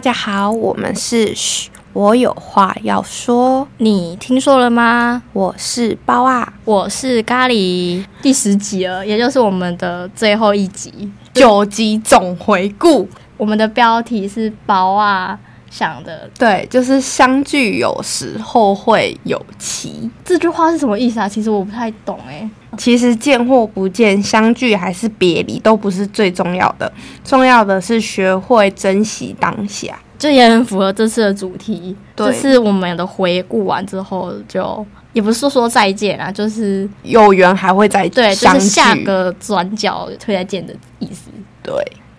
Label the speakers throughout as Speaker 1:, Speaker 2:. Speaker 1: 家好，我们是嘘，我有话要说。
Speaker 2: 你听说了吗？
Speaker 1: 我是包啊，
Speaker 2: 我是咖喱第十集了，也就是我们的最后一集。
Speaker 1: 九集总回顾。
Speaker 2: 我们的标题是包啊想的，
Speaker 1: 对，就是相聚有时，后会有期。
Speaker 2: 这句话是什么意思啊？其实我不太懂哎、
Speaker 1: 其实见或不见，相聚还是别离，都不是最重要的，重要的是学会珍惜当下。
Speaker 2: 这也很符合这次的主题。
Speaker 1: 对
Speaker 2: 这次我们的回顾完之后就，也不是说再见啊，就是
Speaker 1: 有缘还会再
Speaker 2: 对，就
Speaker 1: 相
Speaker 2: 是
Speaker 1: 聚。
Speaker 2: 下个转角推再见的意思。
Speaker 1: 对，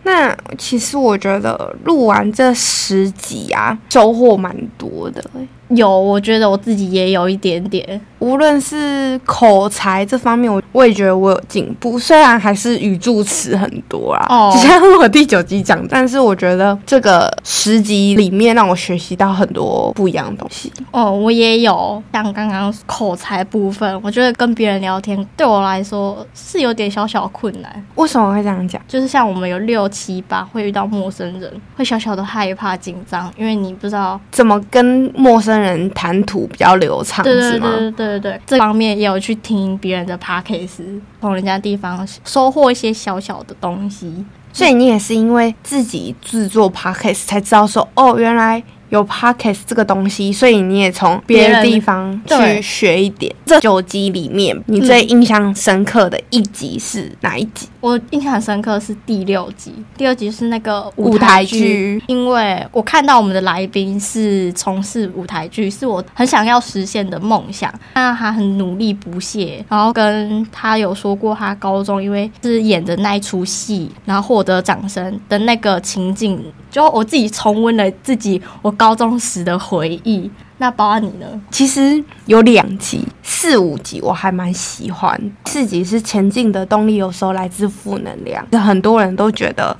Speaker 1: 那其实我觉得录完这十集啊，收获蛮多的、欸。
Speaker 2: 有，我觉得我自己也有一点点，
Speaker 1: 无论是口才这方面，我我也觉得我有进步，虽然还是语助词很多啦，
Speaker 2: 哦
Speaker 1: 就像我第九集讲，但是我觉得这个十集里面让我学习到很多不一样的东西。
Speaker 2: 哦，我也有，像刚刚口才部分，我觉得跟别人聊天对我来说是有点小小困难，
Speaker 1: 为什么会这样讲？
Speaker 2: 就是像我们有六七八会遇到陌生人，会小小的害怕紧张，因为你不知道，
Speaker 1: 怎么跟陌生人谈吐比较流畅，
Speaker 2: 对
Speaker 1: 啊是
Speaker 2: 对
Speaker 1: 吗？
Speaker 2: 对对对对，这方面也有去听别人的 podcast，从人家地方收获一些小小的东西。
Speaker 1: 所以你也是因为自己制作 podcast 才知道说，哦，原来有 podcast 这个东西，所以你也从别
Speaker 2: 别
Speaker 1: 的
Speaker 2: 人
Speaker 1: 地方去
Speaker 2: 对
Speaker 1: 学一点。这九集里面，你最印象深刻的一集是哪一集？
Speaker 2: 我印象很深刻是第六集，第六集是那个
Speaker 1: 舞台剧
Speaker 2: 因为我看到我们的来宾是从事舞台剧，是我很想要实现的梦想。那他很努力不懈，然后跟他有说过，他高中因为是演的那一出戏，然后获得掌声的那个情景，就我自己重温了自己我高中时的回忆。那包括你呢？
Speaker 1: 其实有两集，四五集我还蛮喜欢。四集是前进的动力，有时候来自负能量。很多人都觉得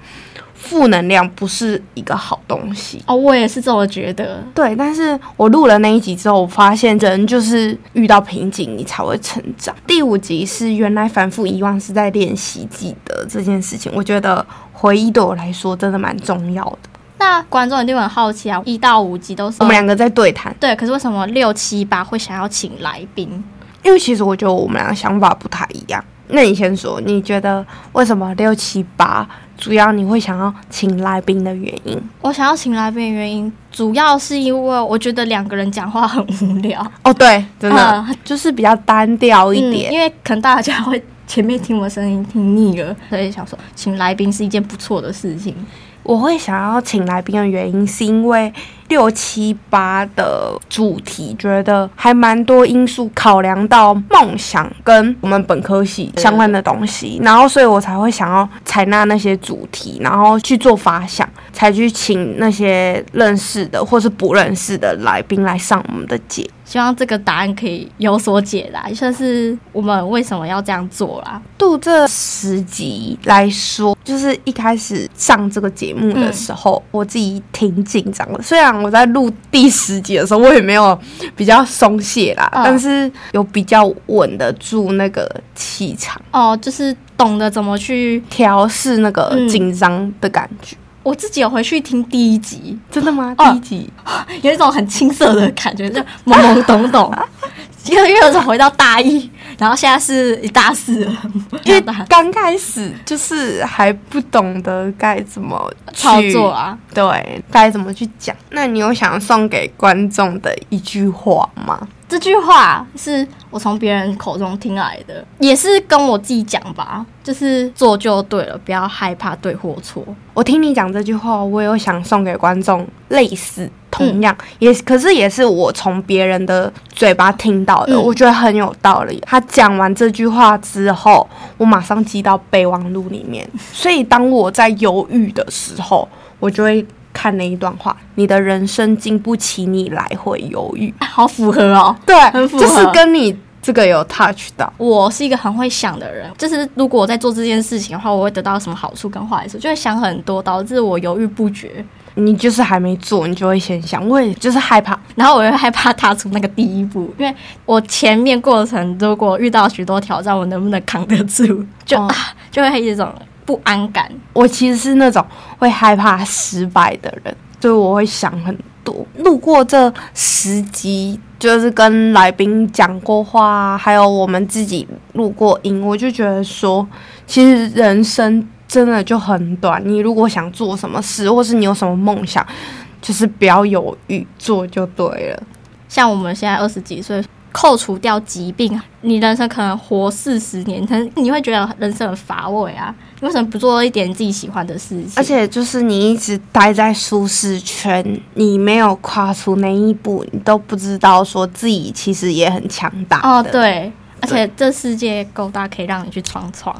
Speaker 1: 负能量不是一个好东西，
Speaker 2: 哦，我也是这么觉得。
Speaker 1: 对，但是我录了那一集之后，我发现人就是遇到瓶颈，你才会成长。第五集是原来反复遗忘是在练习记得这件事情，我觉得回忆对我来说真的蛮重要的。
Speaker 2: 那观众一定会很好奇啊，一到五集都是
Speaker 1: 我们两个在对谈，
Speaker 2: 对，可是为什么六七八会想要请来宾？
Speaker 1: 因为其实我觉得我们俩想法不太一样。那你先说，你觉得为什么六七八主要你会想要请来宾的原因？
Speaker 2: 我想要请来宾的原因，主要是因为我觉得两个人讲话很无聊，
Speaker 1: 哦，对，真的、
Speaker 2: 嗯
Speaker 1: 就是比较单调一点。
Speaker 2: 嗯因为可能大家会前面听我声音听腻了，所以想说请来宾是一件不错的事情。
Speaker 1: 我会想要请来宾的原因，是因为六七八的主题，觉得还蛮多因素考量到梦想跟我们本科系相关的东西，然后所以我才会想要采纳那些主题，然后去做发想，才去请那些认识的或是不认识的来宾来上我们的节
Speaker 2: 希望这个答案可以有所解答，也算是我们为什么要这样做啦。
Speaker 1: 度这十集来说，就是一开始上这个节目
Speaker 2: 嗯
Speaker 1: 的时候，我自己挺紧张的。虽然我在录第十集的时候，我也没有比较松懈啦，
Speaker 2: 嗯
Speaker 1: 但是有比较稳得住那个气场，
Speaker 2: 哦，就是懂得怎么去，
Speaker 1: 调试那个
Speaker 2: 嗯
Speaker 1: 紧张的感觉。
Speaker 2: 我自己有回去听第一集，
Speaker 1: 真的吗？
Speaker 2: 哦
Speaker 1: 第一集、
Speaker 2: 有一种很青涩的感觉，就懵懵懂 懂。因为因为有种回到大一，然后现在是一大四了，
Speaker 1: 因为
Speaker 2: 大四
Speaker 1: 刚开始就是还不懂得该怎么去
Speaker 2: 操作，啊，
Speaker 1: 对，该怎么去讲。那你有想送给观众的一句话吗？
Speaker 2: 这句话是我从别人口中听来的，也是跟我自己讲吧，就是做就对了，不要害怕对或错。
Speaker 1: 我听你讲这句话，我有想送给观众类似同样，
Speaker 2: 嗯
Speaker 1: 也可是也是我从别人的嘴巴听到的，
Speaker 2: 嗯
Speaker 1: 我觉得很有道理。他讲完这句话之后，我马上记到备忘录里 面，所以当我在犹豫的时候，我就会。看那一段话，你的人生经不起你来回犹豫，
Speaker 2: 啊 好符合哦，
Speaker 1: 对，
Speaker 2: 很符合
Speaker 1: 就是跟你这个有 touch 到，
Speaker 2: 我是一个很会想的人，就是如果我在做这件事情的话，我会得到什么好处跟坏处，就会想很多，导致我犹豫不决，
Speaker 1: 你就是还没做，你就会先想，我也就是害怕
Speaker 2: 然后我又害怕踏出那个第一步，因为我前面过程如果遇到许多挑战，我能不能扛得住，就、
Speaker 1: 哦
Speaker 2: 啊就会有一种不安感。
Speaker 1: 我其实是那种会害怕失败的人，所以我会想很多。路过这十集，就是跟来宾讲过话啊，还有我们自己录过音，我就觉得说，其实人生真的就很短。你如果想做什么事，或是你有什么梦想，就是不要犹豫，做就对了。
Speaker 2: 像我们现在二十几岁，扣除掉疾病，你人生可能活四十年，可能你会觉得人生很乏味啊。你为什么不做一点自己喜欢的事情？
Speaker 1: 而且就是你一直待在舒适圈，你没有跨出那一步，你都不知道说自己其实也很强大的。
Speaker 2: 哦，对，而且这世界够大，可以让你去闯闯。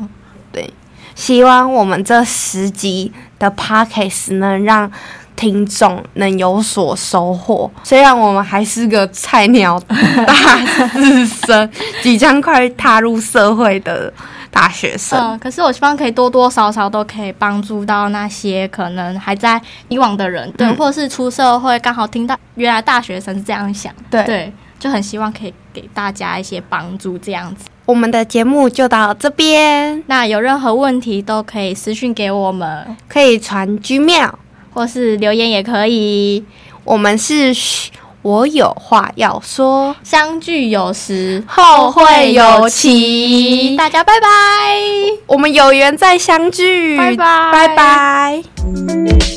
Speaker 1: 对，希望我们这十集的 podcast 能让听众能有所收获。虽然我们还是个菜鸟大四生，即将快踏入社会的大学生，
Speaker 2: 嗯，可是我希望可以多多少少都可以帮助到那些可能还在以往的人，对，
Speaker 1: 嗯
Speaker 2: 或者是出社会刚好听到原来大学生是这样想，
Speaker 1: 对
Speaker 2: 对，就很希望可以给大家一些帮助这样子。
Speaker 1: 我们的节目就到这边，
Speaker 2: 那有任何问题都可以私讯给我们，
Speaker 1: 可以传 G 妙。
Speaker 2: 或是留言也可以。
Speaker 1: 我们是嘘，我有话要说，
Speaker 2: 相聚有时，
Speaker 1: 后会有期，
Speaker 2: 大家拜拜。
Speaker 1: 我们有缘再相聚，
Speaker 2: 拜拜
Speaker 1: 拜拜。